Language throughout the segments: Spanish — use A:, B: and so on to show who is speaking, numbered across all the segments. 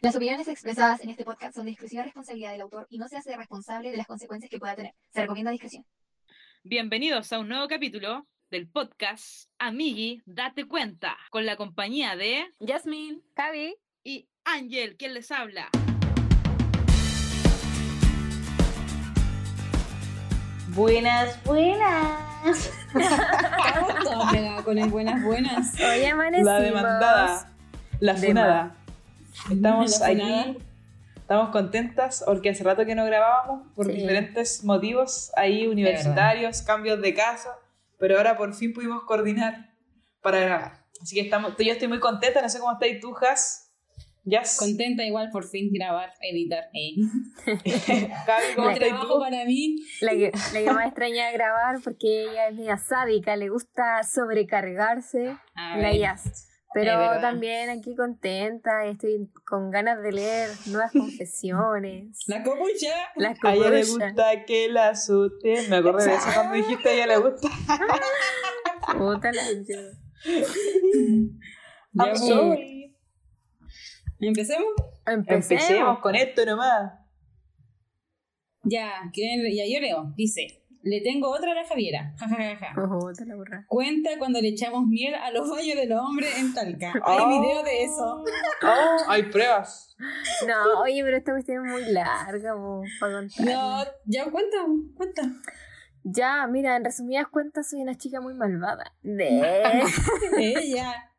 A: Las opiniones expresadas en este podcast son de exclusiva responsabilidad del autor y no se hace responsable de las consecuencias que pueda tener. Se recomienda discreción.
B: Bienvenidos a un nuevo capítulo del podcast Amigui, date cuenta, con la compañía de
C: Jasmine,
D: Javi,
B: y Ángel, quien les habla.
E: Buenas, buenas.
C: Estamos todos pegados con el buenas, buenas.
D: hoy amanecimos.
E: La demandada, la
D: De
E: funada. Estamos
C: La funada.
E: aquí, estamos contentas porque hace rato que no grabábamos por
D: Sí.
E: diferentes motivos ahí universitarios, cambios de casa, pero ahora por fin pudimos coordinar para grabar. Así que estamos, yo estoy muy contenta, no sé cómo estáis tú, Jas. Jas.
C: Contenta igual por fin grabar, editar. eh.
E: Javi, ¿cómo
C: Un
E: estáis
C: trabajo
E: tú?
C: para mí.
D: La que, la que más extraña de grabar porque ella es media sádica, le gusta sobrecargarse,
C: A
D: la
C: ver,
D: Yas. Pero
C: verdad.
D: también aquí contenta, estoy con ganas de leer nuevas confesiones.
C: La copucha.
D: Las
E: A ella le
D: cucuruchas.
E: gusta que la azote. Me acordé de eso cuando dijiste a ella le gusta.
D: Puta la yo.
C: Ya,
E: I'm
C: pues,
E: sorry.
C: Empecemos.
D: Empecemos.
E: Empecemos con esto nomás.
C: Ya, ¿quién- ya yo leo. Dice, le tengo otra a la Javiera. Ja, ja, ja, ja.
D: Puta la burra.
C: Cuenta cuando le echamos miel a los baños del hombre en Talca. Hay
E: Oh.
C: video de eso.
E: Oh, hay pruebas.
D: No, oye, pero esta cuestión es muy larga, para contar.
C: No, ya cuenta, cuenta.
D: Ya, mira, en resumidas cuentas soy una chica muy malvada.
E: Eh.
D: De...
C: Ella.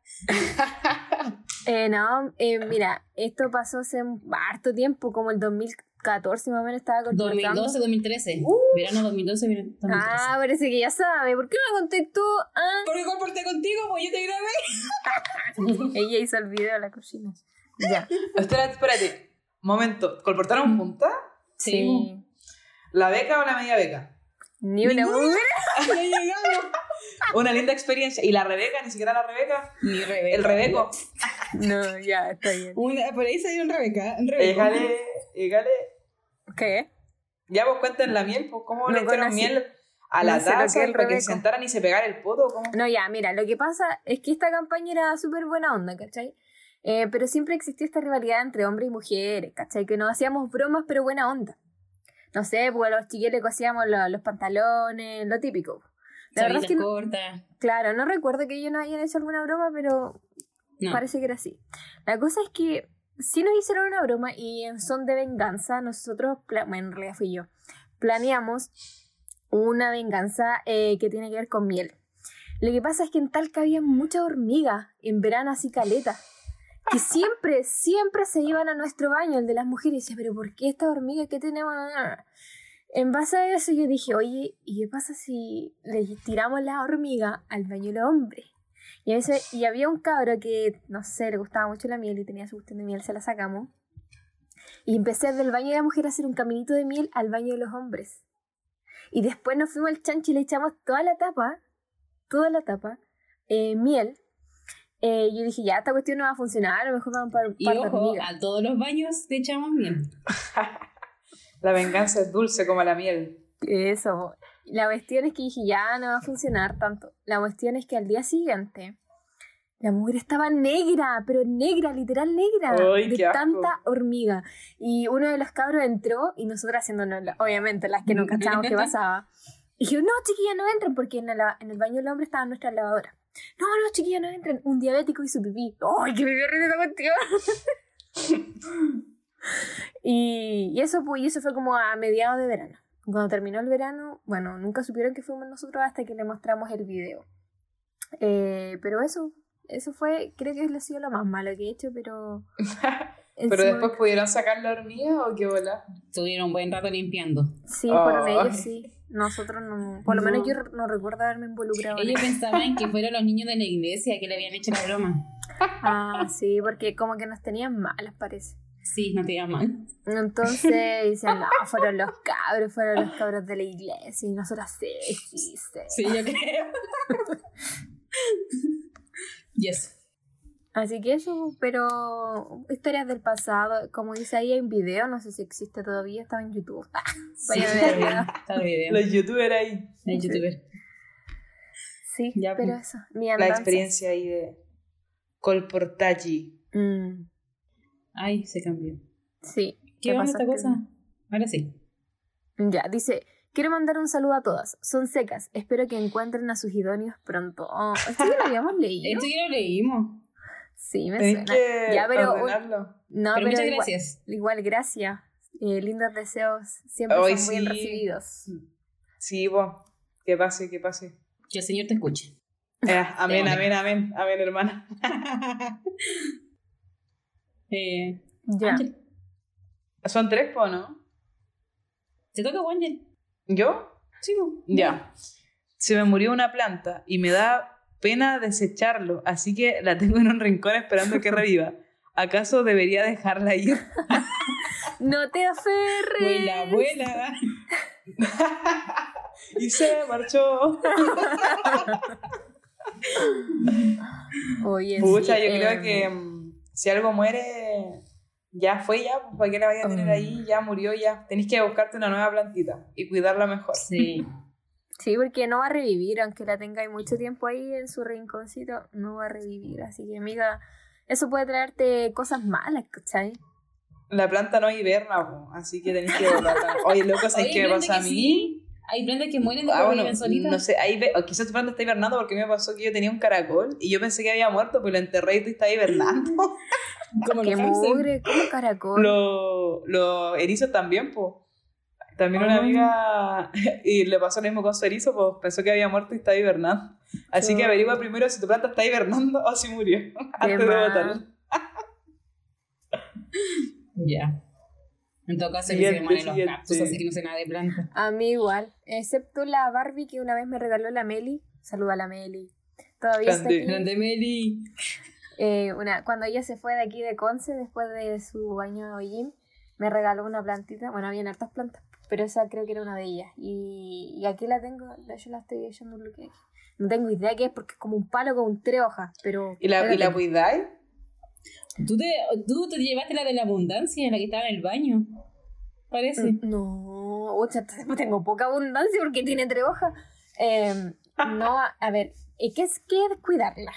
D: Eh, no, eh, mira, esto pasó hace un- harto tiempo, como el 2014 más o menos estaba con
C: 2012, 2013. Verano 2012, verano 2013.
D: Ah, parece que ya sabe. ¿Por qué no la conté tú? Ah,
C: Porque comporté contigo, pues yo te grabé.
D: ella hizo el video de la cocina. Ya.
E: Espérate, espérate. Momento. ¿Colportaron juntas?
D: Sí.
E: ¿La beca o la media beca?
D: Ni una
C: Ninguna.
D: mujer.
C: No llegamos.
E: Una linda experiencia. ¿Y la Rebeca? Ni siquiera la Rebeca.
C: Ni Rebeca.
E: El Rebeco.
D: No, ya, está bien.
C: Una, por ahí salió un Rebeca. Un Rebeco.
E: Déjale, déjale.
D: ¿Qué?
E: Ya vos cuenten la miel, pues. ¿Cómo
D: No
E: le echaron
D: conocí.
E: miel a
D: No
E: la
D: sé lo que
E: taza
D: es el
E: para que
D: Rebeco.
E: se sentaran y se pegara el poto? ¿Cómo?
D: No, ya, mira, lo que pasa es que esta campaña era súper buena onda, ¿cachai? Eh, pero siempre existió esta rivalidad entre hombres y mujeres, ¿cachai? Que nos hacíamos bromas, pero buena onda. No sé, pues a los chiquillos le cosíamos lo- los pantalones, lo típico. La verdad es que,
C: Solita
D: no-
C: corta.
D: claro, no recuerdo que ellos nos hayan hecho alguna broma, pero
C: No.
D: parece que era así. La cosa es que sí nos hicieron una broma y en son de venganza nosotros, pla- bueno, en realidad fui yo, planeamos una venganza eh, que tiene que ver con miel. Lo que pasa es que en Talca había muchas hormigas, en verano así caleta, que siempre, siempre se iban a nuestro baño, el de las mujeres, y decía, pero ¿por qué estas hormigas que tenemos? En base a eso yo dije, oye, ¿y qué pasa si le tiramos la hormiga al baño del hombre? Y, a veces, y había un cabro que, no sé, le gustaba mucho la miel y tenía su cuestión de miel, se la sacamos. Y empecé del baño de la mujer a hacer un caminito de miel al baño de los hombres. Y después nos fuimos al chancho y le echamos toda la tapa, toda la tapa, eh, miel. Eh, yo dije, ya, esta cuestión no va a funcionar, a lo mejor vamos para,
C: Y ojo, a todos los baños te echamos bien.
E: La venganza es dulce como la miel.
D: Eso. La cuestión es que dije, ya no va a funcionar tanto. La cuestión es que al día siguiente, la mujer estaba negra, pero negra, literal negra,
E: ¡Ay,
D: de
E: qué asco!
D: tanta hormiga. Y uno de los cabros entró y nosotras haciéndonos, la- obviamente, las que no cachábamos qué pasaba. Y dije, no, chiquillas, no entren, porque en, la lava- en el baño del hombre estaba nuestra lavadora. No, no, chiquillas, no entren. Un diabético y su pipí. ¡Ay, qué pipí horrible esa cuestión! y, y eso, pues, y eso fue como a mediados de verano. Cuando terminó el verano, bueno, nunca supieron que fuimos nosotros hasta que le mostramos el video. Eh, pero eso, eso fue, creo que es lo ha sido lo más malo que he hecho, pero...
E: ¿Pero
D: encima-
E: después pudieron sacar la hormiga o qué bola?
C: Estuvieron un buen rato limpiando.
D: Sí, fueron
E: Oh.
D: ellos, sí. Nosotros no... Por lo
E: No.
D: menos yo no recuerdo haberme involucrado. en
C: Ellos pensaban que fueron los niños de la iglesia que le habían hecho la broma.
D: Ah, sí, porque como que nos tenían malas, parece.
C: Sí, no te digas mal.
D: Entonces dicen, no, fueron los cabros, fueron los cabros de la iglesia y nosotras sí, sí, sí.
C: Sí, yo creo. Yes.
D: Así que eso, pero historias del pasado, como dice ahí, hay un video, no sé si existe todavía, estaba en YouTube. Ah,
C: Sí,
D: Vaya
C: está
D: verga.
C: bien. Está bien.
E: Los youtubers ahí.
C: El youtuber.
D: sí,
C: Ya,
D: pero
C: pues.
D: eso, mi
E: La
D: andanza.
E: experiencia ahí de colportaggi.
D: Mm,
C: Ay, se cambió.
D: Sí.
C: ¿Qué
D: me
C: onda
D: pasaste.
C: esta cosa? Ahora sí.
D: Ya, dice, quiero mandar un saludo a todas. Son secas. Espero que encuentren a sus idóneos pronto. Oh, ¿Esto ya lo habíamos leído?
C: Esto ya lo leímos.
D: Sí, me
E: Tenés
D: suena.
E: que
D: Ya, pero un-
E: ordenarlo.
D: No,
C: Ah,
D: pero,
C: pero, muchas
D: igual,
C: gracias.
D: igual, gracias. Eh, lindos deseos siempre
E: Ay,
D: son bien
E: sí.
D: recibidos.
E: Sí, vos. Que pase, que pase.
C: Que el Señor te escuche.
E: Eh, amén,
C: Te
E: amén, amén. Amén, hermana.
C: eh,
D: Ya.
C: Ángel,
E: Son tres, po, ¿no?
C: te toca, Wangel.
E: ¿Yo?
C: Sí, po.
E: Ya. Se me murió una planta y me da pena desecharlo, así que la tengo en un rincón esperando que reviva. ¿Acaso debería dejarla ir?
D: No te aferres.
C: Abuela,
E: Pues.
C: abuela.
E: Y se marchó.
D: Oye,
E: Pucha,
D: sí,
E: yo creo
D: em,
E: que mm, si algo muere, ya fue, ya, pues para qué la vaya a tener
D: Mm.
E: ahí,
C: um,
E: ya murió, ya. Tenés que buscarte una nueva plantita y cuidarla mejor.
C: Sí.
D: Sí, porque no va a revivir, aunque la tengáis mucho tiempo ahí en su rinconcito, no va a revivir. Así que, amiga, eso puede traerte cosas malas, ¿cachai?
E: La planta no hiberna, po, así que tenés que volarla. Oye, loco, ¿sabes
C: Oye,
E: qué me
C: Brenda,
E: pasa a
C: que
E: mí?
C: sí. Hay prendas que mueren después
E: Ah,
C: que
E: bueno,
C: viven solitas.
E: no sé, ahí ve, o quizás tu planta está hibernando porque me pasó que yo tenía un caracol y yo pensé que había muerto, pero lo enterré y estaba hibernando.
C: Como
D: que
C: los Hansen.
D: mugre, como caracol.
E: lo, lo erizo también, pues. También una
C: Ah.
E: amiga y le pasó lo mismo con su erizo, pues pensó que había muerto y estaba hibernando. Así que
D: Chuta.
E: averigua primero si tu planta está hibernando o si murió antes de
D: mal.
E: botarla.
C: Ya. En todo caso, yo
E: Siguiente,
C: se me mueren los
E: siguiente.
C: cactus, así que no sé nada de planta.
D: A mí igual, excepto la Barbie que una vez me regaló la Meli. Saluda a la Meli. Todavía está
E: Grande.
D: aquí.
C: Grande Meli.
D: Eh, una, cuando ella se fue de aquí de Conce, después de su año de gym, me regaló una plantita. Bueno, había hartas plantas, pero esa creo que era una de ellas. Y, y aquí la tengo, la- yo la estoy echando un look aquí. No tengo idea qué es porque es como un palo con tres hojas, pero.
E: ¿Y la,
D: pero
E: y la
D: tengo.
E: cuidáis?
C: ¿Tú te, tú te llevaste la de la abundancia, la que estaba en el baño. Parece.
D: Mm. No, ucha, entonces tengo poca abundancia porque tiene tres hojas. Eh, no, a, a ver, ¿y ¿qué es, qué es cuidarla?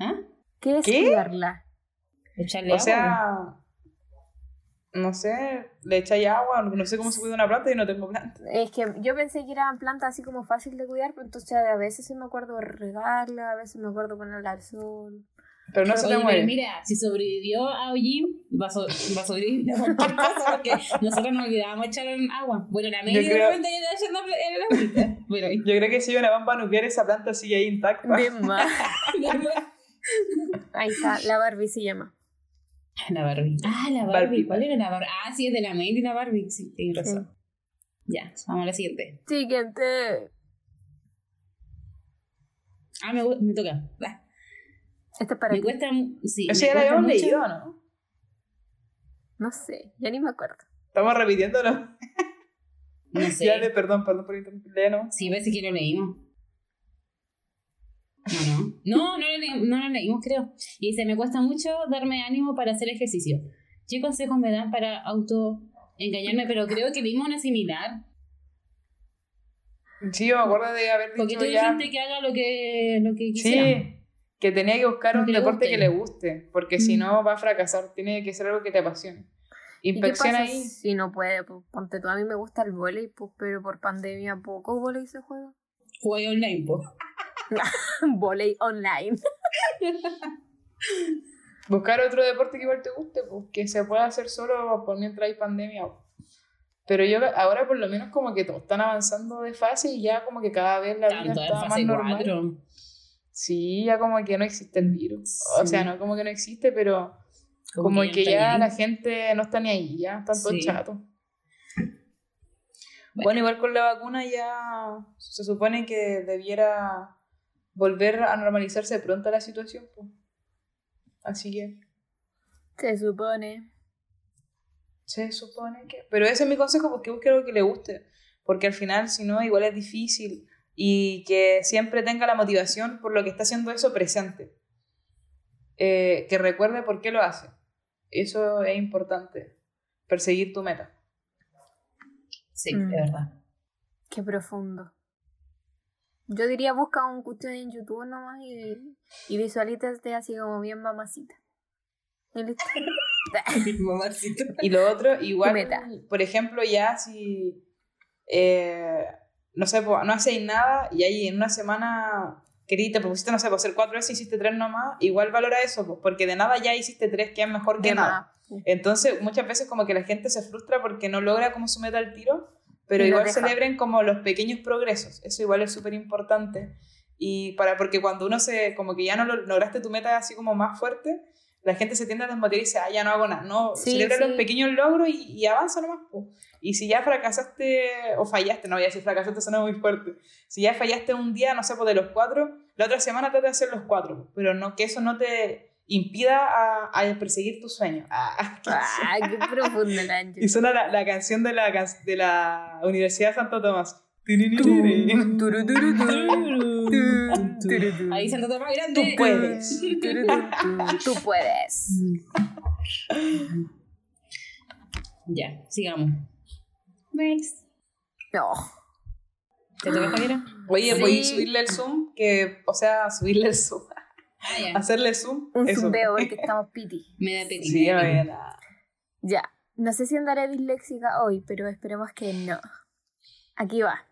C: ¿Ah?
D: ¿Qué es
E: ¿Qué?
D: cuidarla?
C: Echarle
E: O
C: agua.
E: sea, no sé, le echáis agua, no sé cómo se cuida una planta y no tengo planta.
D: Es que yo pensé que eran plantas así como fácil de cuidar, pero entonces a veces sí me acuerdo regarla, a veces me acuerdo ponerla al sol.
E: Pero no se
C: Oye,
E: te
C: pero
E: muere.
C: mira, si sobrevivió a Ojim, va, a so- va a sobrevivir a cualquier cosa porque nosotros nos olvidábamos echar en agua. Bueno, la media
E: creo-
C: de repente ya está echando en la bolita. Bueno, y-
E: Yo creo que si hay una bomba nuclear, esa planta sigue ahí intacta.
D: Ahí está, la Barbie se llama.
C: la Barbie. Ah, la Barbie.
E: Barbie.
C: ¿Cuál era la Barbie? Ah, sí, es de la Meli la Barbie. Sí, tienes razón. Ya, vamos a la siguiente.
D: Siguiente.
C: Ah, me, gu- me toca. Ah,
D: Esta este es para
C: me
D: ti.
C: cuesta. mu- Sí,
E: Eso
C: me
E: ya la
C: cuesta
E: habíamos
C: mucho-
E: leído, ¿no?
D: No sé, ya ni me acuerdo.
E: Estamos repitiéndolo.
C: No sé.
E: Ya le, perdón, perdón por interrumpir. Lea nomás.
C: Sí, parece que lo leímos. No, no. No, no lo, leí- no lo leímos, creo. Y dice, me cuesta mucho darme ánimo para hacer ejercicio. ¿Qué consejos me dan para autoengañarme? Pero creo que leímos una similar.
E: Sí, yo me acuerdo de haber
C: Porque
E: dicho
C: tú
E: ya.
C: dijiste que haga lo que, lo que quisiera.
E: Sí, que tenía que buscar
C: Lo
E: un
C: que le
E: deporte
C: guste. Mm.
E: que le guste, porque si no va a fracasar. Tiene que ser algo que te apasione.
D: ¿Y qué
E: Inspecciona
D: pasa
E: ahí.
D: si no puede? Pues, ponte tú, a mí me gusta el volei, pues, pero por pandemia poco volei se juega.
C: Juega online, po.
D: volei online.
E: Buscar otro deporte que igual te guste, pues, que se pueda hacer solo por mientras hay pandemia. pues. Pero yo ahora por lo menos como que todos están avanzando de fase y ya como que cada vez la vida
C: Tanto en
E: está más
C: fase
E: normal.
C: 4.
E: Sí, ya como que no existe el virus. O
C: Sí.
E: sea, no como que no existe, pero como que, ya la gente no está ni ahí, ya están todos
C: Sí.
E: chatos. Bueno, igual con la vacuna ya se supone que debiera volver a normalizarse pronto la situación. pues. Así que
D: Se supone.
E: se supone que... Pero ese es mi consejo, porque busque algo que le guste, porque al final si no, igual es difícil y que siempre tenga la motivación por lo que está haciendo eso presente. Eh, que recuerde por qué lo hace. Eso es importante, perseguir tu meta.
C: Sí,
D: Mm.
C: de verdad.
D: Qué profundo. Yo diría busca un cuestión en YouTube nomás y, y visualízate así como bien mamacita. Y listo.
C: Mamacito.
E: Y lo otro, igual,
D: meta.
E: por ejemplo, ya si, eh, no sé, po, no hacéis nada y ahí en una semana querida, te pusiste, no sé, po, hacer cuatro veces, hiciste tres nomás, igual valora eso, pues, porque de nada ya hiciste tres, que es mejor que
D: De
E: nada.
D: nada.
E: Entonces, muchas veces como que la gente se frustra porque no logra como su meta al tiro, pero
D: Y lo
E: igual
D: deja.
E: celebren como los pequeños progresos. Eso igual es súper importante. Y para, porque cuando uno se, como que ya no lo- lograste tu meta así como más fuerte, la gente se tiende a desmotivar y dice, ah, ya no hago nada. No,
D: Sí,
E: celebra
D: sí.
E: los pequeños logros y, y avanza nomás. po. Y si ya fracasaste o fallaste, no voy a decir fracasaste, suena muy fuerte. Si ya fallaste un día, no sé, pues de los cuatro, la otra semana trata de hacer los cuatro, pero no que eso no te impida a, a perseguir tu sueño. Ah, qué
D: Ah, qué profundo el Angie.
E: y suena la, la canción de la, can- de la Universidad de Santo Tomás.
D: Tum,
E: Tú
D: turu, turu, tum, tum, turu, tum.
C: Ahí se trata más grande.
E: puedes.
D: Turu, tum, tum. Tú puedes.
C: Ya, sigamos. Next.
D: No.
C: ¿Te toca Javiera?
E: Oye,
D: Sí.
E: ¿podéis subirle el Zoom? Que, o sea, subirle el Zoom.
C: Ah, ya.
E: Hacerle Zoom.
D: Un
E: eso.
D: zumbeo porque estamos piti.
C: Me da peti.
E: Sí, oye, nada.
D: Ya. No sé si andaré disléxica hoy, pero esperemos que no. Aquí va.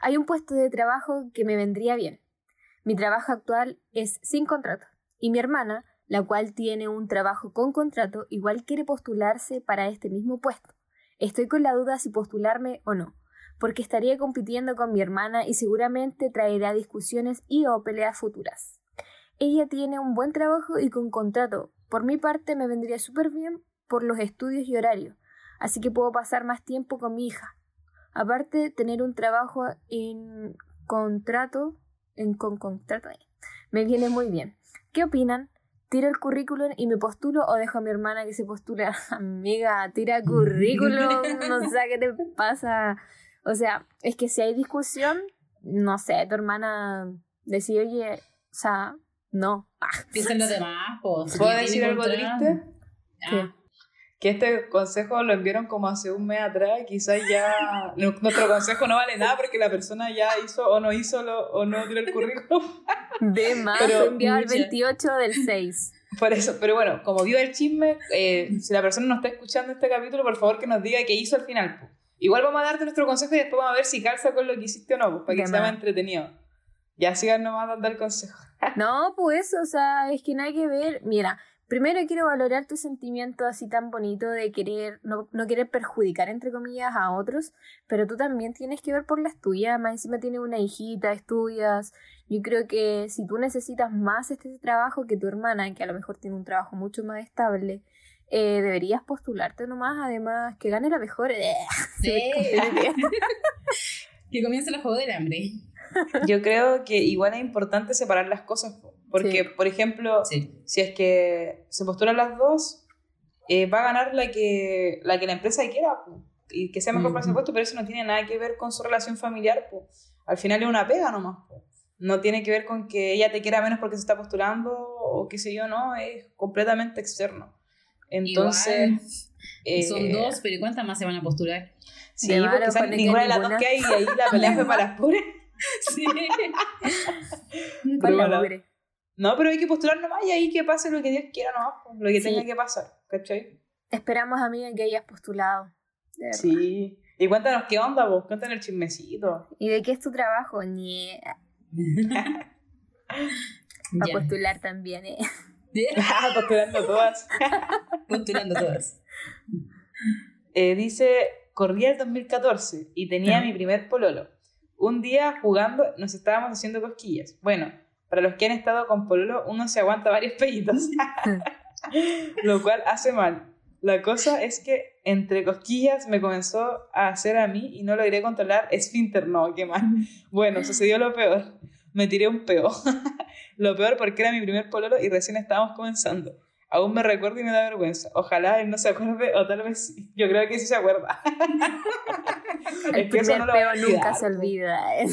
D: Hay un puesto de trabajo que me vendría bien. Mi trabajo actual es sin contrato y mi hermana, la cual tiene un trabajo con contrato, igual quiere postularse para este mismo puesto. Estoy con la duda si postularme o no, porque estaría compitiendo con mi hermana y seguramente traerá discusiones y o peleas futuras. Ella tiene un buen trabajo y con contrato. Por mi parte me vendría súper bien por los estudios y horario, así que puedo pasar más tiempo con mi hija. Aparte, tener un trabajo en contrato, en con contrato, eh, me viene muy bien. ¿Qué opinan? ¿Tiro el currículum y me postulo o dejo a mi hermana que se postule? Amiga, tira currículum, no sé qué te pasa. O sea, es que si hay discusión, no sé, tu hermana decide, oye, o sea, no. Ah.
C: Piensa en los demás, pues.
E: ¿Puedo decir algo triste?
C: Ah,
E: Que este consejo lo enviaron como hace un mes atrás. y Quizás ya. nu- Nuestro consejo no vale nada porque la persona ya hizo o no hizo lo- o no tiró el currículum.
D: De más,
E: Pero-
D: enviado el
C: Mucha.
D: 28 del 6.
E: Por eso, pero bueno, como vio el chisme, eh, si la persona no está escuchando este capítulo, por favor que nos diga qué hizo al final. po. Igual vamos a darte nuestro consejo y después vamos a ver si calza con lo que hiciste o no, po, para que
D: De
E: sea más
D: más.
E: entretenido. Ya sigan nomás dando el consejo.
D: No, pues, o sea, es que nada que ver. Mira, primero quiero valorar tu sentimiento así tan bonito de querer, no, no querer perjudicar, entre comillas, a otros, pero tú también tienes que ver por las tuyas. Más encima tienes una hijita, estudias. Yo creo que si tú necesitas más este trabajo que tu hermana, que a lo mejor tiene un trabajo mucho más estable, eh, deberías postularte nomás. Además, que gane la mejor.
C: Sí. Que comience la juego del hambre.
E: Yo creo que igual es importante separar las cosas, po, porque,
D: Sí.
E: por ejemplo,
C: Sí.
E: si es que se postulan las dos, eh, va a ganar la que la, que la empresa quiera po, y que sea mejor para ese
C: Ujú.
E: puesto, pero eso no tiene nada que ver con su relación familiar. po. Al final es una pega nomás. po. No tiene que ver con que ella te quiera menos porque se está postulando o qué sé yo, no, es completamente externo. Entonces,
C: Igual,
E: eh,
C: son dos, pero ¿y ¿cuántas más se van a postular?
E: Sí,
D: De
E: porque
D: malo,
E: sale
D: pone que
E: ninguna de las dos
D: ninguna.
E: que hay y ahí la pelea fue para las puras.
C: Sí.
D: Con la
E: Pruébala.
D: mugre.
E: No, pero hay que postular nomás y ahí que pase lo que Dios quiera nomás, po, lo que
D: Sí.
E: tenga que pasar, ¿cachai?
D: Esperamos, amiga, que hayas postulado. De verdad.
E: Sí. Y cuéntanos qué onda vos, cuéntanos el chismecito.
D: ¿Y de qué es tu trabajo? Ñe, a
C: Ya.
D: postular también, ¿eh?
E: Ah, postulando todas.
C: Postulando todas.
E: Eh, dice, corría el 2014 y tenía mi primer pololo. Un día jugando nos estábamos haciendo cosquillas. Bueno, para los que han estado con pololo, uno se aguanta varios pellitos, lo cual hace mal. La cosa es que entre cosquillas me comenzó a hacer a mí y no logré controlar esfínter, no, qué mal. Bueno, sucedió lo peor. Me tiré un peo. lo peor porque era mi primer pololo y recién estábamos comenzando. Aún me recuerdo y me da vergüenza. Ojalá él no se acuerde, o tal vez sí. Yo creo que sí se acuerda.
D: El
E: Es que eso
D: primer
E: no lo voy a
D: peo nunca
E: olvidar,
D: se
E: po.
D: olvida. ¿eh?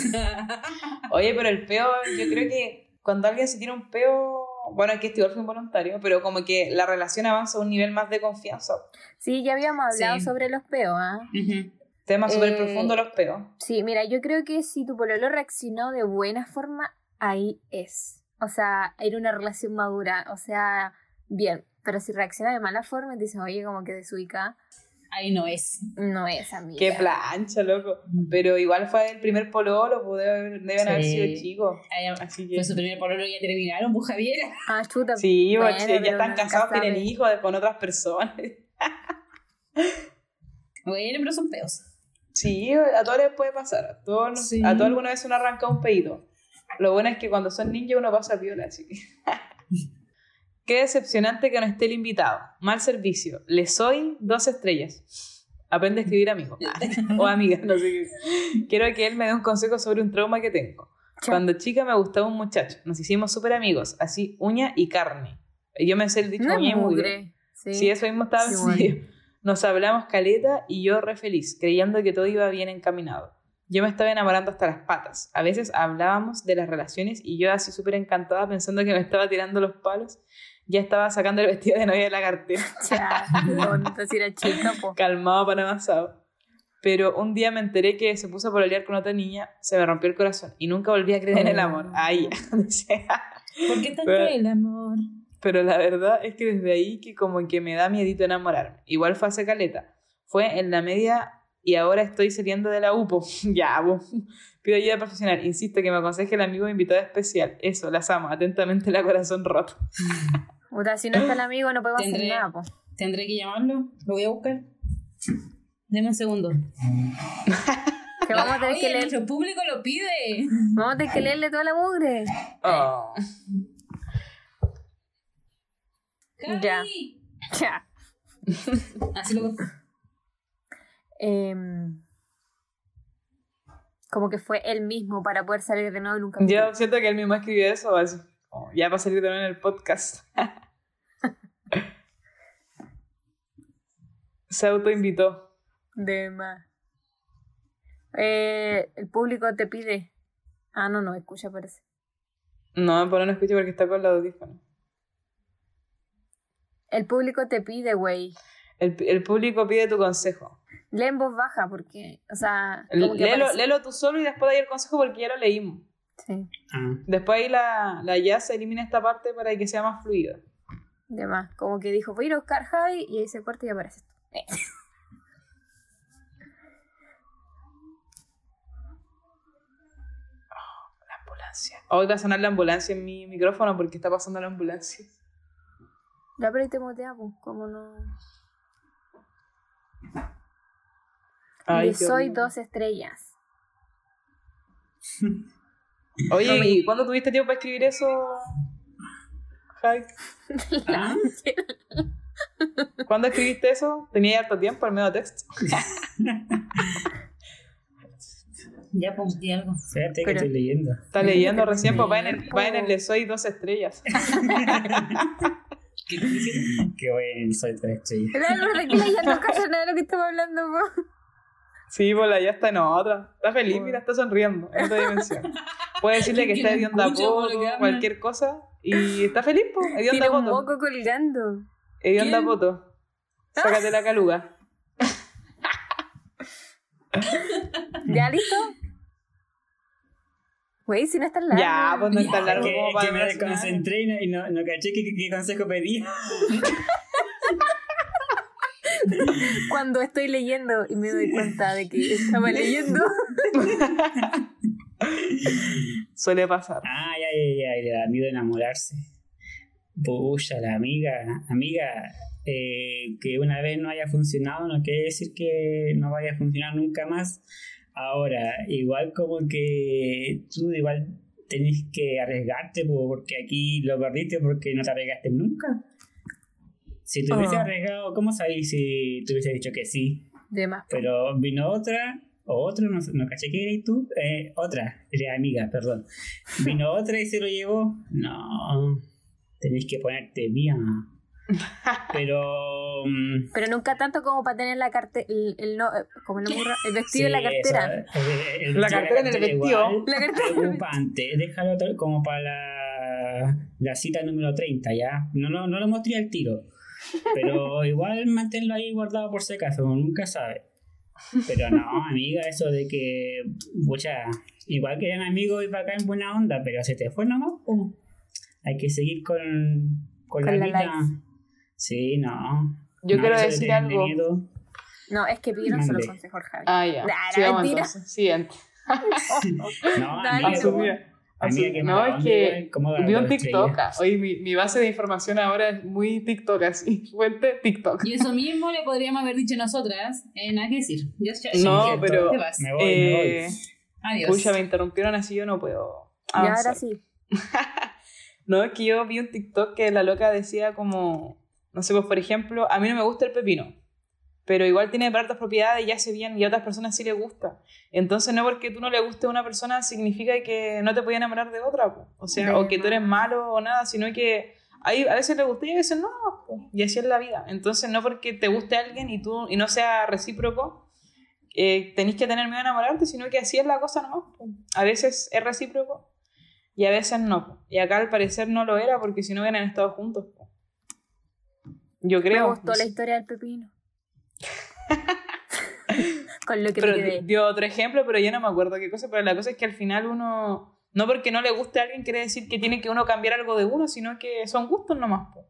E: Oye, pero el peo, yo creo que cuando alguien se tira un peo, bueno, es que este igual fue involuntario, pero como que la relación avanza a un nivel más de confianza.
D: Sí, ya habíamos hablado
C: Sí.
D: sobre los peos, ¿ah?
C: Ujú.
E: Tema súper
D: Eh,
E: profundo los peos.
D: Sí, mira, yo creo que si tu pololo reaccionó de buena forma, ahí es. O sea, era una relación madura, o sea, bien. Pero si reacciona de mala forma y te dicen, oye, como que desubica,
C: Ahí no es.
D: no es amiga.
E: Qué plancha, loco.
D: Mm.
E: Pero igual fue el primer pololo, pues, deben, deben haber
C: Sí.
E: sido chicos.
C: Ahí-
E: Así que.
C: Fue su primer pololo y ya terminaron, pues Javiera.
D: Ah, chuta.
E: Sí,
D: Bueno,
E: porque
D: pero
E: ya están
D: nunca
E: casados, tienen
D: sabe.
E: hijos eh, con otras personas.
C: Bueno, pero son peos.
E: Sí, a todos les puede pasar. A todos, nos-
C: Sí.
E: a todos alguna vez uno arranca un pedido. Lo bueno es que cuando son ninja uno pasa viola, así que. Qué decepcionante que no esté el invitado. Mal servicio. Le soy dos estrellas. Aprende a escribir amigo. Ah, o amiga, no sé qué. Quiero que él me dé un consejo sobre un trauma que tengo.
D: Chao.
E: Cuando chica me gustaba un muchacho. Nos hicimos súper amigos. Así, uña y carne. Yo me sé el dicho
D: No
E: uña y
D: es
E: mugre.
D: mugre. Sí.
E: Sí, eso mismo estaba
D: Sí,
E: sí. Nos hablamos caleta y yo re feliz, creyendo que todo iba bien encaminado. Yo me estaba enamorando hasta las patas. A veces hablábamos de las relaciones y yo así súper encantada pensando que me estaba tirando los palos. Ya estaba sacando el vestido de novia de la cartera,
D: Chao, entonces era chica, po.
E: calmado para avanzado. Pero un día me enteré que se puso a pololear con otra niña, se me rompió el corazón y nunca volví a creer en el amor. Ahí, dice.
C: ¿Por qué tanto
E: Pero-
C: el amor?
E: Pero la verdad es que desde ahí que como que me da miedito enamorarme. Igual fue hace caleta. Fue en la media y ahora estoy saliendo de la UPO. ya, bo. Pido ayuda profesional. Insisto que me aconseje el amigo invitado especial. Eso, las amo. Atentamente la corazón roto.
D: Puta, si no está el amigo no podemos hacer
C: Tendré-
D: nada, po.
C: ¿Tendré que llamarlo? ¿Lo voy a buscar? Deme un segundo.
D: Que vamos a tener
C: Oye,
D: que leer,
C: nuestro público lo pide.
D: vamos a tener que leerle toda la mugre.
E: Oh.
C: Javi.
D: Ya. Ya.
C: Así lo
D: Em, como que fue él mismo para poder salir de nuevo en un capítulo.
E: Yo siento que él mismo escribió eso. así, oh, ya va a salir también en el podcast. Se autoinvitó.
D: De más. Eh, el público te pide. Ah, no, no, escucha, parece.
E: No, por no escucho porque está con los audífonos.
D: El público te pide, güey.
E: El, el público pide tu consejo.
D: Lee en voz baja porque, o sea, como que
E: Léelo,
D: parece-
E: léelo tú solo y después de ahí el consejo porque ya lo leímos.
D: Sí,
E: Después ahí la, la ya se elimina esta parte para que sea más fluida.
D: de más. Como que dijo, voy a ir a buscar a Javi y ahí se corta y aparece esto.
E: La ambulancia. Hoy va a sonar la ambulancia en mi micrófono porque está pasando la ambulancia.
D: Ya, pero ahí te mutea, pues, como no.
E: Ay,
D: Le
E: qué
D: soy
E: horrible.
D: dos estrellas.
E: Oye, ¿y cuándo tuviste tiempo para escribir eso? Javi? ¿Ah? ¿Cuándo escribiste eso? Tenía harto tiempo, al medio texto.
C: Ya pues, di algo.
F: Espérate que
D: Pero-
F: estoy leyendo.
E: Está leyendo recién, pues va en el,
D: Tiempo.
E: va en el le soy dos estrellas.
C: ¿Qué te dicen?
F: Qué bueno, soy tres estrellas.
D: Era la verdad que la ya no calla nada de lo que estaba hablando, po.
E: Sí, pues la ya está en otra. Está feliz, mira, está sonriendo. En otra dimensión. Puede decirle que
C: Que
E: está
C: la
E: hedionda a
C: escucha,
E: poto,
C: porque habla.
E: cualquier cosa. Y está feliz, pues. Hedionda
D: Tiene
E: a
D: un
E: poto.
D: moco colgando.
E: Hedionda a
C: ¿Quién?
E: poto. Sácate la caluga.
D: ¿Ya listo? Güey, si no está largo.
E: Ya, pues no es tan
F: Es
E: largo
F: que,
E: como
F: es
E: para
F: que me
E: relacionar.
F: desconcentré y no- y no, no caché qué, qué- qué consejo pedía.
D: Cuando estoy leyendo y me doy cuenta de que estaba leyendo.
E: Suele pasar.
F: Ay, ay, ay, ay, le da miedo enamorarse. Puya, la amiga, amiga, eh, que una vez no haya funcionado no quiere decir que no vaya a funcionar nunca más. Ahora, igual como que tú igual tenés que arriesgarte po, porque aquí lo perdiste porque no te arriesgaste nunca. Si te hubiese
D: Ah.
F: arriesgado, ¿cómo sabís si te hubiese dicho que sí?
D: De más.
F: Pero vino otra, o otro, no, sé, no caché que eres tú, eh, otra, era amiga, perdón. Vino otra y se lo llevó. No, tenés que ponerte mía. Pero. mm,
D: Pero nunca tanto como para tener la cartera. El, el no, eh, como el, burro- el
F: sí,
D: vestido en la
E: eh.
D: cartera.
F: eso, el- el-
E: La
F: el vestido,
E: cartera en el vestido.
F: igual,
D: La cartera.
F: Preocupante, déjalo tal- como para la, la cita número 30, ¿ya? No, no, no lo mostré al tiro. Pero igual manténlo ahí guardado por si acaso, uno nunca sabe. Pero no, amiga, eso de que, pucha, igual que eran amigos y para acá en buena onda, pero se te fue nomás, po. Hay que seguir con, con,
D: Con la
F: la, vida.
D: life.
F: Sí, no.
E: Yo
F: No,
E: quiero
F: eso le
E: decir
F: tiene
E: algo.
F: miedo.
D: No, es que pidieron solo
F: Mande.
D: consejo al Javi.
E: Ah, ya.
D: Nah,
E: Sigamos
D: mentira.
E: entonces. Siguiente.
F: No,
D: Dale,
F: amiga,
D: seguro.
F: como-
E: Asumía.
F: amiga,
E: Asumía.
F: qué
E: No,
F: mala
E: es
F: onda,
E: que
F: igual, ¿cómo da
E: vi un
F: dos
E: TikTok.
F: estrellas?
E: Hoy mi, mi base de información ahora es muy TikTok, así. Fuente TikTok.
C: Y eso mismo le podríamos haber dicho nosotras. Eh, nada que decir. Ya- ya- ya-
E: No,
C: ya,
E: pero-
C: Te vas.
F: Me voy,
E: Eh,
C: Adiós.
E: pucha, me interrumpieron así, yo no puedo.
D: Y
E: avanzar.
D: ahora sí.
E: No, es que yo vi un TikTok que la loca decía como, no sé, pues por ejemplo, a mí no me gusta el pepino, pero igual tiene hartas propiedades y hace bien y a otras personas sí le gusta. Entonces no porque tú no le guste a una persona significa que no te puede enamorar de otra, po. o sea,
D: De
E: o que tú eres malo o nada, sino que hay, a veces le gusta y a veces no, po. y así es la vida. Entonces no porque te guste alguien y tú y no sea recíproco. Eh, tenés que tener miedo a enamorarte, sino que así es la cosa nomás. po. A veces es recíproco y a veces no. po. Y acá al parecer no lo era porque si no hubieran estado juntos. po. Yo creo. pues.
D: Me gustó
E: no
D: la
E: sé.
D: historia del pepino. Con lo que
E: pero
D: me
E: di-
D: quedé.
E: dio otro ejemplo, pero yo no me acuerdo qué cosa. Pero la cosa es que al final uno. No porque no le guste a alguien quiere decir que tiene que uno cambiar algo de uno, sino que son gustos nomás. po.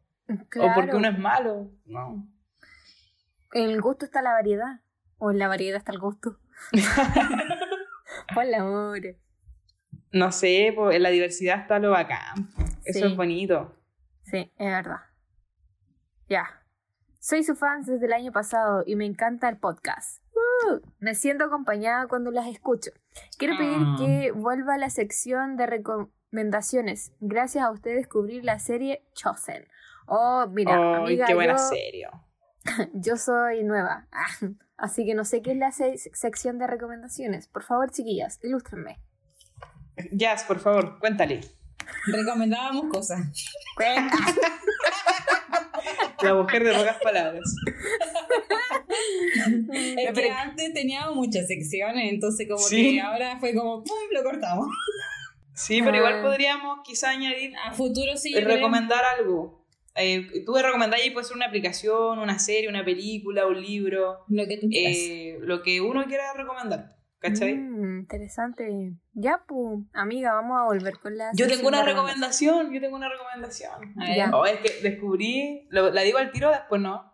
D: Claro,
E: O porque uno es malo. No.
D: El gusto está en la variedad. O en la variedad está el gusto. Por la amor.
E: No sé, po, en la diversidad está lo bacán. Eso
D: Sí.
E: es bonito.
D: Sí, es verdad. Ya. Soy su fan desde el año pasado y me encanta el podcast. ¡Uh! Me siento acompañada cuando las escucho. Quiero pedir
F: Ah.
D: que vuelva a la sección de recomendaciones. Gracias a ustedes descubrí la serie Chosen. Oh, mira,
E: Ay,
D: amiga,
E: qué buena
D: yo,
E: serio.
D: yo soy nueva. Ah, Así que no sé qué es la se- sección de recomendaciones. Por favor, chiquillas, ilústrenme.
E: Jazz, por favor, cuéntale.
C: Recomendábamos cosas.
D: Cuenta.
E: La mujer de pocas palabras.
C: Es que antes teníamos muchas secciones, entonces como
E: Sí.
C: que ahora fue como ¡pum! lo cortamos.
E: Sí, pero igual
D: Ah.
E: podríamos quizá añadir
C: A futuro sí.
E: Eh,
C: yo creo-
E: recomendar algo. Eh, tú me recomendás y puede ser una aplicación, una serie, una película, un libro,
C: Lo que tú quieras.
E: eh, lo que uno quiera recomendar. ¿Cachai?
D: Mm, interesante. Ya, pum. Amiga, vamos a volver con la.
E: Yo
D: sección
E: tengo una
D: de recomendaciones.
E: recomendación, yo tengo una recomendación.
C: A ver,
D: ya.
E: Oh, es que descubrí, lo- la digo al tiro, después no.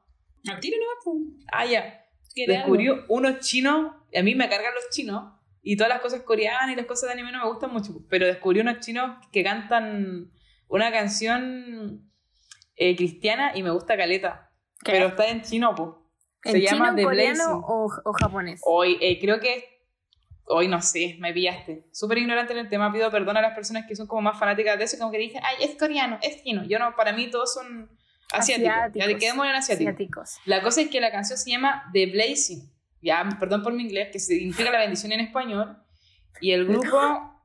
C: al tiro no
E: Ah, ya.
C: ¿Quiere algo?
E: Descubrí unos chinos, a mí me cargan los chinos, y todas las cosas coreanas y las cosas de anime no me gustan mucho, pero descubrí unos chinos que cantan una canción eh, cristiana y me gusta caleta,
D: ¿Qué?
E: pero está en chino, pues.
D: ¿En
E: Se
D: chino,
E: llama
D: en
E: The Blazing.
D: coreano o, o japonés?
E: Hoy, eh, creo que. Hoy no sé, me pillaste. Súper ignorante en el tema, pido perdón a las personas que son como más fanáticas de eso, como que dicen, ay, es coreano, es chino. Yo no, para mí todos son asiáticos.
D: Asiáticos.
E: Ya te quedemos en asiático.
D: Asiáticos.
E: La cosa es que la canción se llama The Blazing. Ya, perdón por mi inglés, que significa la bendición en español. Y el grupo.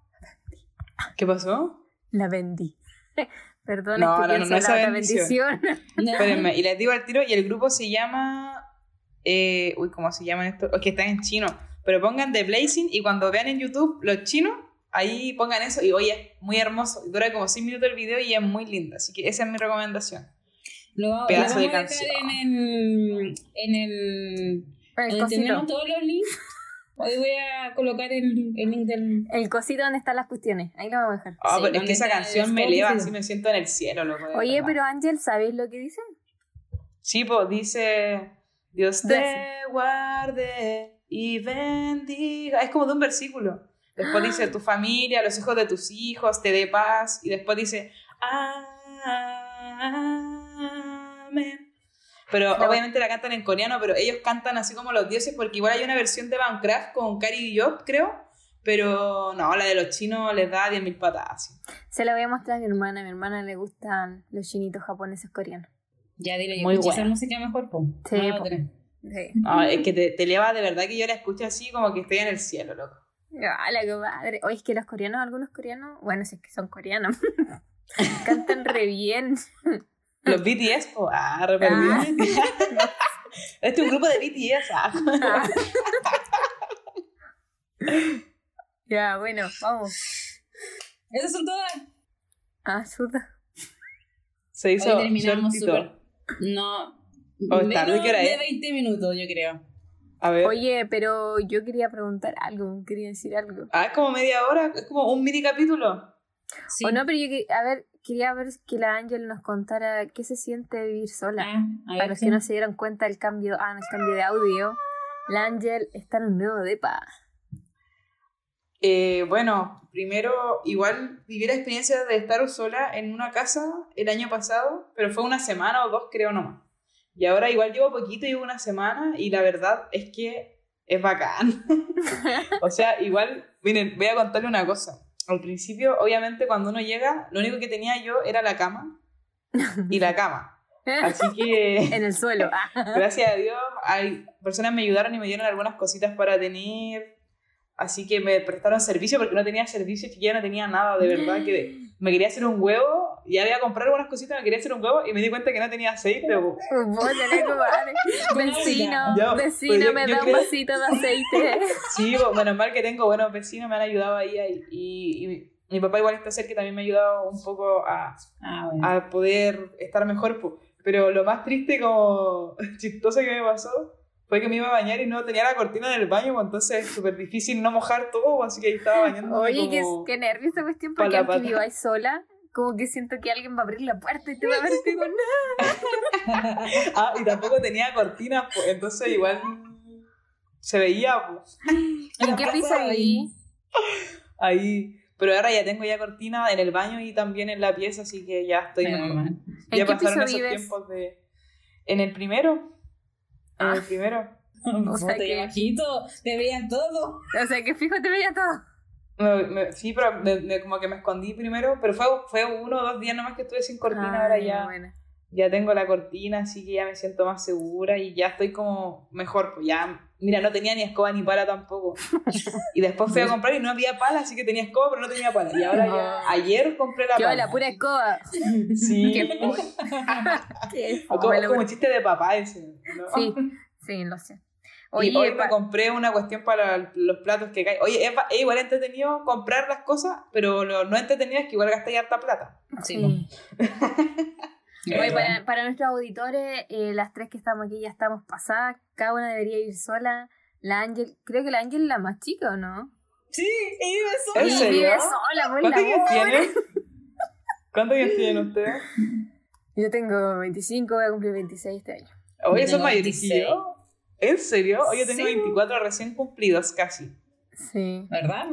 E: ¿Qué pasó?
D: La vendí. Perdón,
E: No,
D: es
E: no,
D: que pienso
E: no, no,
D: en la
E: esa
D: otra
E: bendición.
D: bendición.
C: No.
E: Espérenme, y les digo al tiro, y el grupo se llama. eh, uy, ¿cómo se llaman esto? Es que están en chino. Pero pongan The Blazing y cuando vean en YouTube los chinos, ahí pongan eso. Y oye, es muy hermoso. Dura como 6 minutos el video y es muy lindo. Así que esa es mi recomendación.
C: Lo, va- lo
E: Pedazo
C: vamos
E: de
C: a dejar
E: canción.
C: En el, en el
D: El
C: donde tenemos
D: cosito.
C: todos los links. Hoy voy a colocar el, el link del.
D: El cosito donde están las cuestiones. Ahí lo vamos a dejar.
C: Sí,
E: Ah, pero es que
C: ¿dónde
E: esa
C: está
E: canción
C: el
E: me eleva,
C: Spotify?
E: así me siento en el cielo, loco. de
D: Oye,
E: verdad.
D: pero Ángel, ¿sabes lo que dicen?
E: Sí, pues dice. Dios te
D: Blessing.
E: guarde y bendiga. Es como de un versículo. Después dice tu familia, los hijos de tus hijos, te dé paz. Y después dice Amén. Pero
D: Pero-
E: obviamente la cantan en coreano, pero ellos cantan así como los dioses, porque igual hay una versión de Minecraft con Cari Job, creo. Pero no, la de los chinos les da 10.000 patadas.
D: Se la voy a mostrar a mi hermana. A mi hermana le gustan los chinitos japoneses coreanos.
C: Ya dile, yo
E: Muy
C: escuché
E: buena.
C: esa música mejor. po.
D: Sí,
C: Ah,
D: po.
C: otra.
D: Sí.
E: No, es que te, te eleva de verdad que yo la escucho así como que estoy en el cielo, loco.
D: Ah, la comadre. Oye, es que los coreanos, algunos coreanos, bueno, si es que son coreanos, cantan re bien.
E: Los BTS, po. Ah, re perdida. este es un grupo de BTS, ah.
D: Ah. ya, bueno, vamos. Ah,
C: Esas son todas.
D: Ayuda.
E: Se hizo
C: Hoy terminamos
E: shortito.
C: súper. No.
E: Oh, es tarde,
C: menos
E: ¿qué hora
C: de
E: es?
C: 20 minutos, yo creo.
E: A ver.
D: Oye, pero yo quería preguntar algo, quería decir algo.
E: Ah, es como media hora, es como un mini capítulo.
C: Sí.
D: O no, pero yo que- a ver, quería ver que la Ángel nos contara qué se siente vivir sola.
C: Ah, a ver,
D: Para los
C: sí.
D: que no se dieron cuenta del cambio, ah, no, el cambio de audio, la Ángel está en un nuevo depa.
E: Eh, bueno, primero, igual viví la experiencia de estar sola en una casa el año pasado, pero fue una semana o dos, creo nomás. Y ahora igual llevo poquito, llevo una semana, y la verdad es que es bacán. o sea, igual, miren, voy a contarle una cosa. Al principio, obviamente, cuando uno llega, lo único que tenía yo era la cama y la cama. Así que...
D: en el suelo. Ah.
E: gracias a Dios, hay personas me ayudaron y me dieron algunas cositas para tener. Así que me prestaron servicio porque no tenía servicio, ya no tenía nada de verdad. Que me quería hacer un huevo, ya había comprado algunas cositas, me quería hacer un huevo y me di cuenta que no tenía aceite. po.
D: Vos tenés como, vale. Vecino,
E: Ya, pero
D: vecino,
E: yo-
D: me
E: yo
D: da un
E: creo-
D: vasito de aceite.
E: Sí, po, menos mal que tengo buenos vecinos, me han ayudado ahí. ahí. Y, y mi papá igual está cerca y también me ha ayudado un poco a,
C: Ah, bueno.
E: a poder estar mejor. po. Pero lo más triste, como chistoso que me pasó, fue que me iba a bañar y no tenía la cortina del baño, pues, entonces es súper difícil no mojar todo, pues, así que ahí estaba bañando.
D: Oye, qué,
E: como...
D: qué nervio esta cuestión,
E: pa'
D: porque
E: la
D: aunque
E: pata.
D: viváis sola, como que siento que alguien va a abrir la puerta y te va a ver y te digo, no.
E: Ah, y tampoco tenía cortinas, pues, entonces igual se veía pues,
D: ¿En qué piso viví?
E: ahí. Pero ahora ya tengo ya cortina en el baño y también en la pieza, así que ya estoy
C: Menos
E: mejor.
C: mal.
D: ¿En
E: ya
D: qué
E: pasaron
D: piso
E: esos
D: vives?
E: tiempos de... En el primero. En el
D: Ah.
E: primero.
D: O sea
C: Puta, y
D: que-
C: bajito, te veían todo.
D: O sea, que fijo te veía todo.
E: Me- me- sí, pero me- me- como que me escondí primero, pero fue, fue uno o dos días nomás que estuve sin cortina,
D: Ah,
E: ahora ya,
D: bueno.
E: ya tengo la cortina, así que ya me siento más segura y ya estoy como mejor, pues ya, mira, no tenía ni escoba ni pala tampoco. Y después fui a comprar y no había pala, así que tenía escoba, pero no tenía pala. Y ahora ya, ayer compré la
D: Yo
E: pala.
D: la Ah. pura escoba.
E: Sí,
D: Qué Qué
E: como,
D: fome, la
E: como
D: pura-
E: chiste de papá ese. ¿no?
D: Sí, sí, lo sé.
E: Y hoy
D: Oye,
E: me
D: pa-
E: compré una cuestión para los platos que caen. Oye, es, ba- es igual entretenido comprar las cosas, pero lo no entretenido es que igual gasté harta plata.
C: Sí.
D: sí. Oye,
C: Bueno.
D: para, para nuestros auditores, eh, las tres que estamos aquí ya estamos pasadas, cada una debería ir sola. La Ángel, creo que la Ángel es la más chica, ¿o no?
C: Sí, y vive sola.
E: ¿En
D: Y
E: serio?
D: vive sola, por
E: ¿Cuántos años
D: la
E: tienen? ¿Cuántos años tienen ustedes?
D: Yo tengo 25, voy a cumplir 26 este año.
E: Oye,
C: Yo
E: son
C: tengo
E: mayores que
C: 26.
E: yo. ¿En serio? Oye, yo tengo
C: Sí.
E: 24 recién cumplidos casi.
D: Sí.
C: ¿Verdad?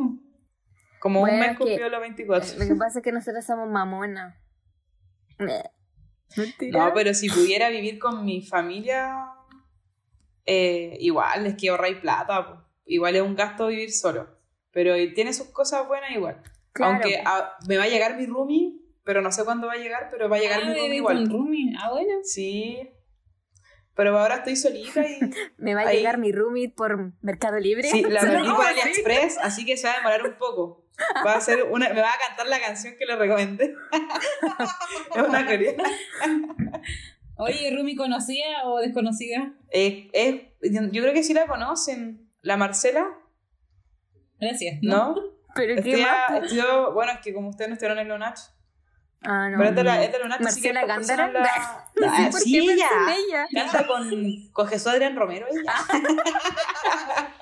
E: Como
D: Bueno,
E: un mes
D: que-
E: cumplió los 24.
D: Lo que pasa es que nosotros somos mamonas. Mentira.
E: No, pero si pudiera vivir con mi familia, eh, igual, es que ahorráis plata. po. Igual es un gasto vivir solo. Pero tiene sus cosas buenas igual.
D: Claro.
E: Aunque ah, me va a llegar mi roomie, pero no sé cuándo va a llegar, pero va a llegar
C: Ah,
E: mi roomie
C: vive
E: igual.
C: con Rumi. Ah, bueno.
E: Sí. Pero ahora estoy solita y
D: Me va a
E: ahí-
D: llegar mi roomie por Mercado Libre.
E: Sí, la
D: Se lo
E: perdí
D: como
E: por
D: así.
E: AliExpress, así que se va a demorar un poco. Va a ser una, me va a cantar la canción que le recomendé. es una coreana.
C: Oye, ¿Rumi conocida o desconocida?
E: Eh, eh, yo creo que sí la conocen. La Marcela,
C: Gracias.
E: ¿no?
D: Pero qué
E: Estudia-
D: más.
E: estudió- bueno, es que como ustedes no estuvieron en Lonach.
D: Ah, no.
E: pero es de, la, es de Lonach, así que
D: Marcela
E: estas personas
D: Gándara.
E: La, la-
D: ¿Por
E: sí,
D: qué pensé
E: ella.
D: en ella?
E: Canta con, con Jesús Adrián Romero ella.
D: Ah.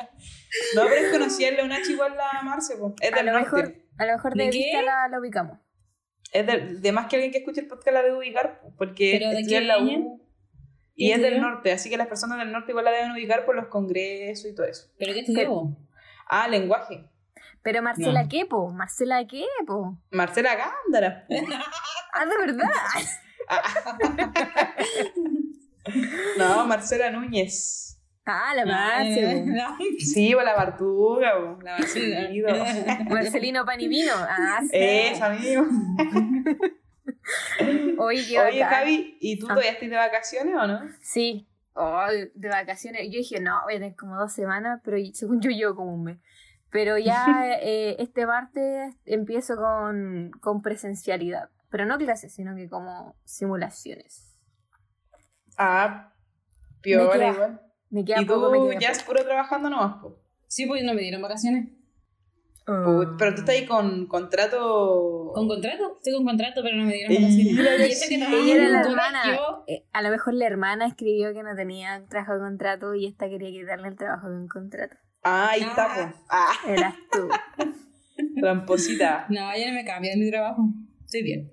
E: no, pero es conocida en Lonach igual la Marce, po. es
D: A
E: del
D: lo
E: norte.
D: mejor- A lo mejor de,
C: ¿De qué?
D: vista la, la ubicamos.
E: Es de, de más que alguien que escuche el podcast la debe ubicar, porque
C: ¿Pero de
E: estudia
C: qué
E: en la
C: año?
E: U y
C: ¿Qué
E: es del
C: estudió?
E: norte, así que las personas del norte igual la deben ubicar por los congresos y todo eso.
C: ¿Pero qué estudió? vos?
E: Ah, lenguaje.
D: Pero Marcela
C: No.
D: qué, po. Marcela qué, po.
E: Marcela Gándara.
D: Ah, de verdad.
E: No, Marcela Núñez.
D: Ah, la
C: Eh,
D: Marce.
C: no.
E: Sí, o la Bartuga, o la Marcela Nido.
D: po. Marcelino Pan y Vino. Ah, sí.
E: Eso, amigo.
D: Oye, qué
E: Oye,
D: bacán.
E: Javi, ¿y tú
D: Ah.
E: todavía estás de vacaciones o no?
D: Sí. Oh, de vacaciones. Yo dije, no, voy a tener como dos semanas, pero según yo, yo como un mes. Pero ya eh, este martes empiezo con, con presencialidad. Pero no clases, sino que como simulaciones.
E: Ah,
D: Me
E: piola
D: queda-
E: igual.
D: Me queda
E: Y
D: poco, me
E: tú
D: queda
E: ya es puro trabajando nomás, po.
C: Sí, pues no me dieron vacaciones.
D: poco.
E: Pu- Pero tú estás ahí con contrato.
C: ¿Con contrato? Estoy con contrato, pero no me dieron
E: Y-
C: vacaciones.
E: y-
C: eso que
E: y-
C: trabajaba
D: ella era la
C: en YouTube,
D: hermana.
C: yo-
D: Eh, a lo mejor la hermana escribió que no tenía trabajo de contrato y esta quería quitarle el trabajo de un contrato.
E: Ah, ahí está, po. Ah.
D: Eras tú.
E: Tramposita.
C: No, ya no me cambio de mi trabajo. Estoy bien.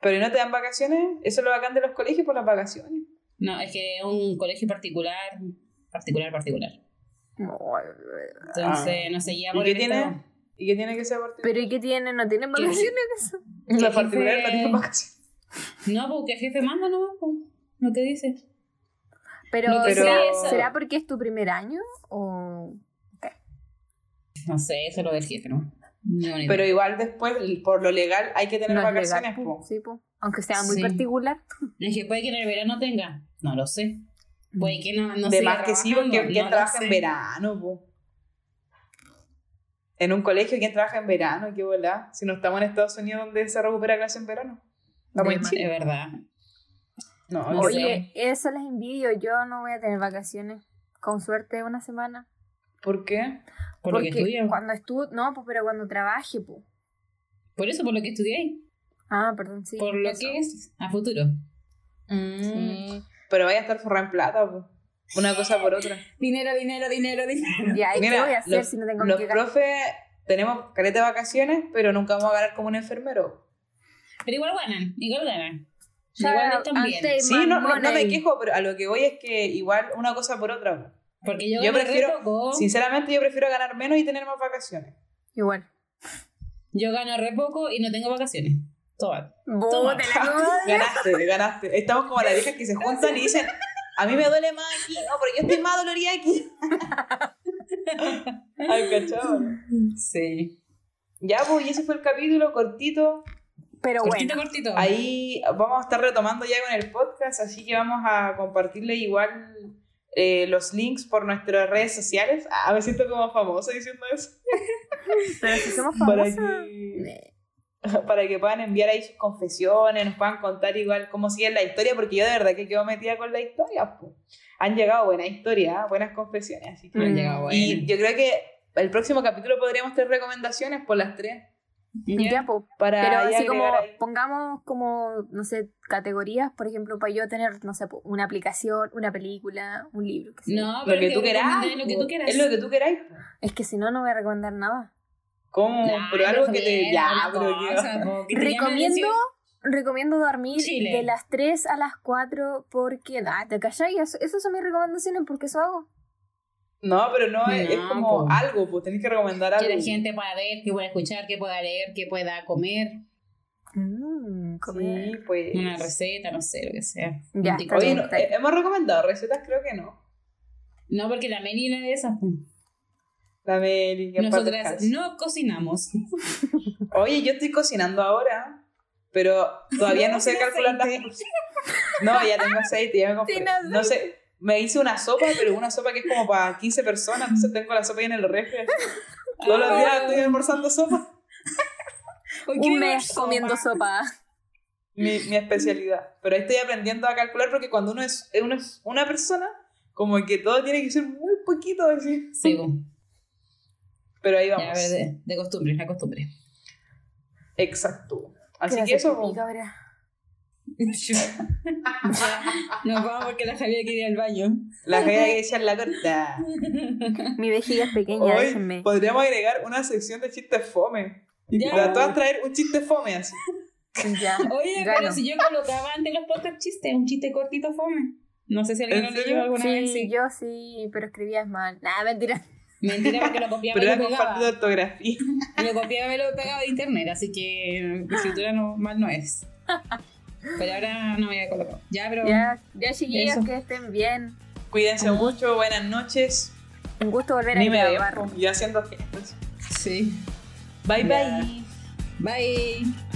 E: Pero ¿y no te dan vacaciones? Eso es lo bacán de los colegios por las vacaciones.
C: No, es que es un colegio particular, particular, particular. Entonces, no sé, ya
E: Ah. ¿Y
C: por
E: qué
C: el
E: tiene?
C: estado.
E: ¿Y qué tiene que ser particular?
D: Pero ¿y qué tienen? ¿No tienen
C: ¿Qué?
D: vacaciones eso?
E: La
C: que
E: particular no
C: fue-
E: tiene vacaciones.
C: No, porque el jefe manda nomás, po. lo que dice.
D: Pero,
C: Ni que
D: ¿será,
E: sea eso.
D: será porque es tu primer año? ¿O
C: No sé, eso es lo del jefe, ¿no? No, ni
E: Pero
C: idea.
E: igual después, por lo legal, hay que tener
D: no es
E: vacaciones.
D: legal?
E: po.
D: Sí, po. Aunque sea muy
C: Sí.
D: particular.
C: Es que puede que en el verano tenga. No lo sé. Puede que no, no
E: de
C: siga
E: más que sí,
C: trabajando,
E: porque ¿quién
C: no lo
E: trabaja en
C: sé.
E: verano? po? En un colegio, ¿quién trabaja en verano? Qué bola. Si no estamos en Estados Unidos, ¿dónde se recupera clase en verano? Estamos en
D: De
E: Chile.
C: Es verdad.
E: No,
C: eh, No
E: yo-
C: sé.
D: Oye, eso les envidio. Yo no voy a tener vacaciones. Con suerte una semana.
E: ¿por qué?
C: Por lo que estudias.
D: cuando estuve, no, pues, pero cuando trabaje, pues.
C: Por eso, por lo que estudiáis.
D: Ah, perdón, sí.
C: por lo
D: eso. Mm.
C: que es a futuro.
E: Mm. Pero vaya a estar forrada en plata, po. una cosa por otra.
C: Dinero, dinero, dinero, dinero.
D: Ya, ¿y qué
E: Mira,
D: voy a hacer
E: los-
D: si no tengo
E: Los
D: que gastar?
E: profes tenemos caleta de vacaciones, pero nunca vamos a ganar como un enfermero.
C: Pero igual ganan, igual ganan.
D: Ya,
C: igual están bien.
D: antes-
E: Sí, no, no,
D: Mamona
E: no me
D: ahí.
E: quejo, pero a lo que voy es que igual una cosa por otra.
C: Porque yo,
E: Yo
C: gané re
E: prefiero-
C: poco.
E: po. Sinceramente, yo prefiero ganar menos y tener más vacaciones.
D: Igual.
C: Yo gano re poco y no tengo vacaciones. Todas. Toma.
D: Bótala, no.
E: Ganaste, ganaste. Estamos como las viejas que se juntan y dicen, a mí me duele más aquí, no, pero yo estoy más dolorida aquí. Ay, cachado.
C: Sí.
E: Ya, pues, y ese fue el capítulo cortito.
D: Pero
C: cortito,
D: bueno,
C: cortito.
E: Ahí vamos a estar retomando ya con el podcast, así que vamos a compartirle igual eh, los links por nuestras redes sociales. Ah, me siento como famosa diciendo eso.
D: pero si somos
E: Para
D: famosas.
E: que,
D: eh,
E: para que puedan enviar ahí sus confesiones, nos puedan contar igual cómo sigue la historia, porque yo de verdad que quedo metida con la historia. po. Han llegado buenas historias, ¿ah? buenas confesiones. Así que...
C: Me han llegado
E: Y
C: buenas.
E: yo creo que el próximo capítulo podríamos tener recomendaciones por las tres.
D: Ya, pues.
E: Para
D: Pero
E: ahí
D: así como,
E: agregar ahí.
D: pongamos como, no sé, categorías, por ejemplo, para yo tener, no sé, po, una aplicación, una película, un libro. qué sé yo.
C: No,
E: lo
C: pero
E: que
C: te
E: tú querás.
C: recomendáis Lo que
E: po.
C: tú quieras.
E: Es lo que tú queráis. po.
D: Es que si no, no voy a recomendar nada.
E: ¿Cómo?
C: Nah,
E: pero algo
C: no
E: que te.
C: joder,
E: Ya,
C: una
E: pero que-
C: cosa, po, que te llamen a
D: Recomiendo,
C: decir-
D: recomiendo dormir
C: Chile.
D: de las 3 a las 4 porque, ah, te calláis, eso- esas son mis recomendaciones porque eso hago.
E: No, pero no, es, es
C: No,
E: como
C: po.
E: algo, pues tenés que recomendar algo.
C: Que la gente pueda ver, que pueda escuchar, que pueda leer, que pueda comer.
D: Mm, comer.
E: Sí, pues.
C: Una receta, no sé, lo que sea.
D: Ya,
C: Un
D: está
E: Oye,
D: bien,
E: no,
D: está bien.
E: eh, ¿hemos recomendado recetas? Creo que no.
C: No, porque la Meli era de esas. po.
E: La Meli, que en paz
C: Nosotras
E: descanse.
C: no cocinamos.
E: Oye, yo estoy cocinando ahora, pero todavía no sé
C: Tiene
E: calcular las
C: aceite.
E: porciones. No, ya tengo aceite, ya me compré.
D: Tiene aceite.
E: No sé, me hice una sopa, pero una sopa que es como para 15 personas, entonces tengo la sopa ahí en el refri. Todos los días estoy almorzando sopa.
C: Hoy
D: Un
C: quiero
D: mes
C: sopa.
D: comiendo sopa.
E: Mi, mi especialidad. Pero ahí estoy aprendiendo a calcular porque cuando uno es, uno es una persona, como que todo tiene que ser muy poquito así.
C: Sí, po.
E: Pero ahí
C: Ya, a
E: vamos.
C: ver, de, de costumbre, la costumbre.
E: Exacto. Así
D: Quiero
E: que
D: hacer
E: eso.
D: pipí,
E: po.
D: cabra.
C: Nos vamos porque la Javier quiere ir al baño.
E: La gente que echar la corta.
D: Mi vejiga es pequeña,
E: Hoy
D: déjenme.
E: podríamos agregar una sección de chistes fome. Y
C: Ya.
E: para todas traer un chiste fome así.
D: Ya.
C: Oye,
D: Gano.
C: pero si yo colocaba antes los podcast chistes, un chiste cortito fome. No sé si alguien
E: ¿En
C: lo
E: serio?
C: leyó alguna
D: Sí,
C: vez. Sí.
D: yo sí, pero escribías mal. Nada, mentira.
C: Mentira porque lo copiaba
E: Pero
C: y
E: era
C: lo
E: con
C: pegaba.
E: falta de ortografía.
C: Lo copiaba y lo pegaba de internet, así que escritura no, mal no es. Pero ahora no voy a colocar. Ya, pero
D: Ya, ya chiquillos,
C: Eso.
D: que estén bien.
E: Cuídense mucho, buenas noches.
D: Un gusto volver a
E: Ni me
D: grabar.
E: veo, yo haciendo gestos.
C: sí.
E: Bye
C: Ya.
E: bye.
C: Bye.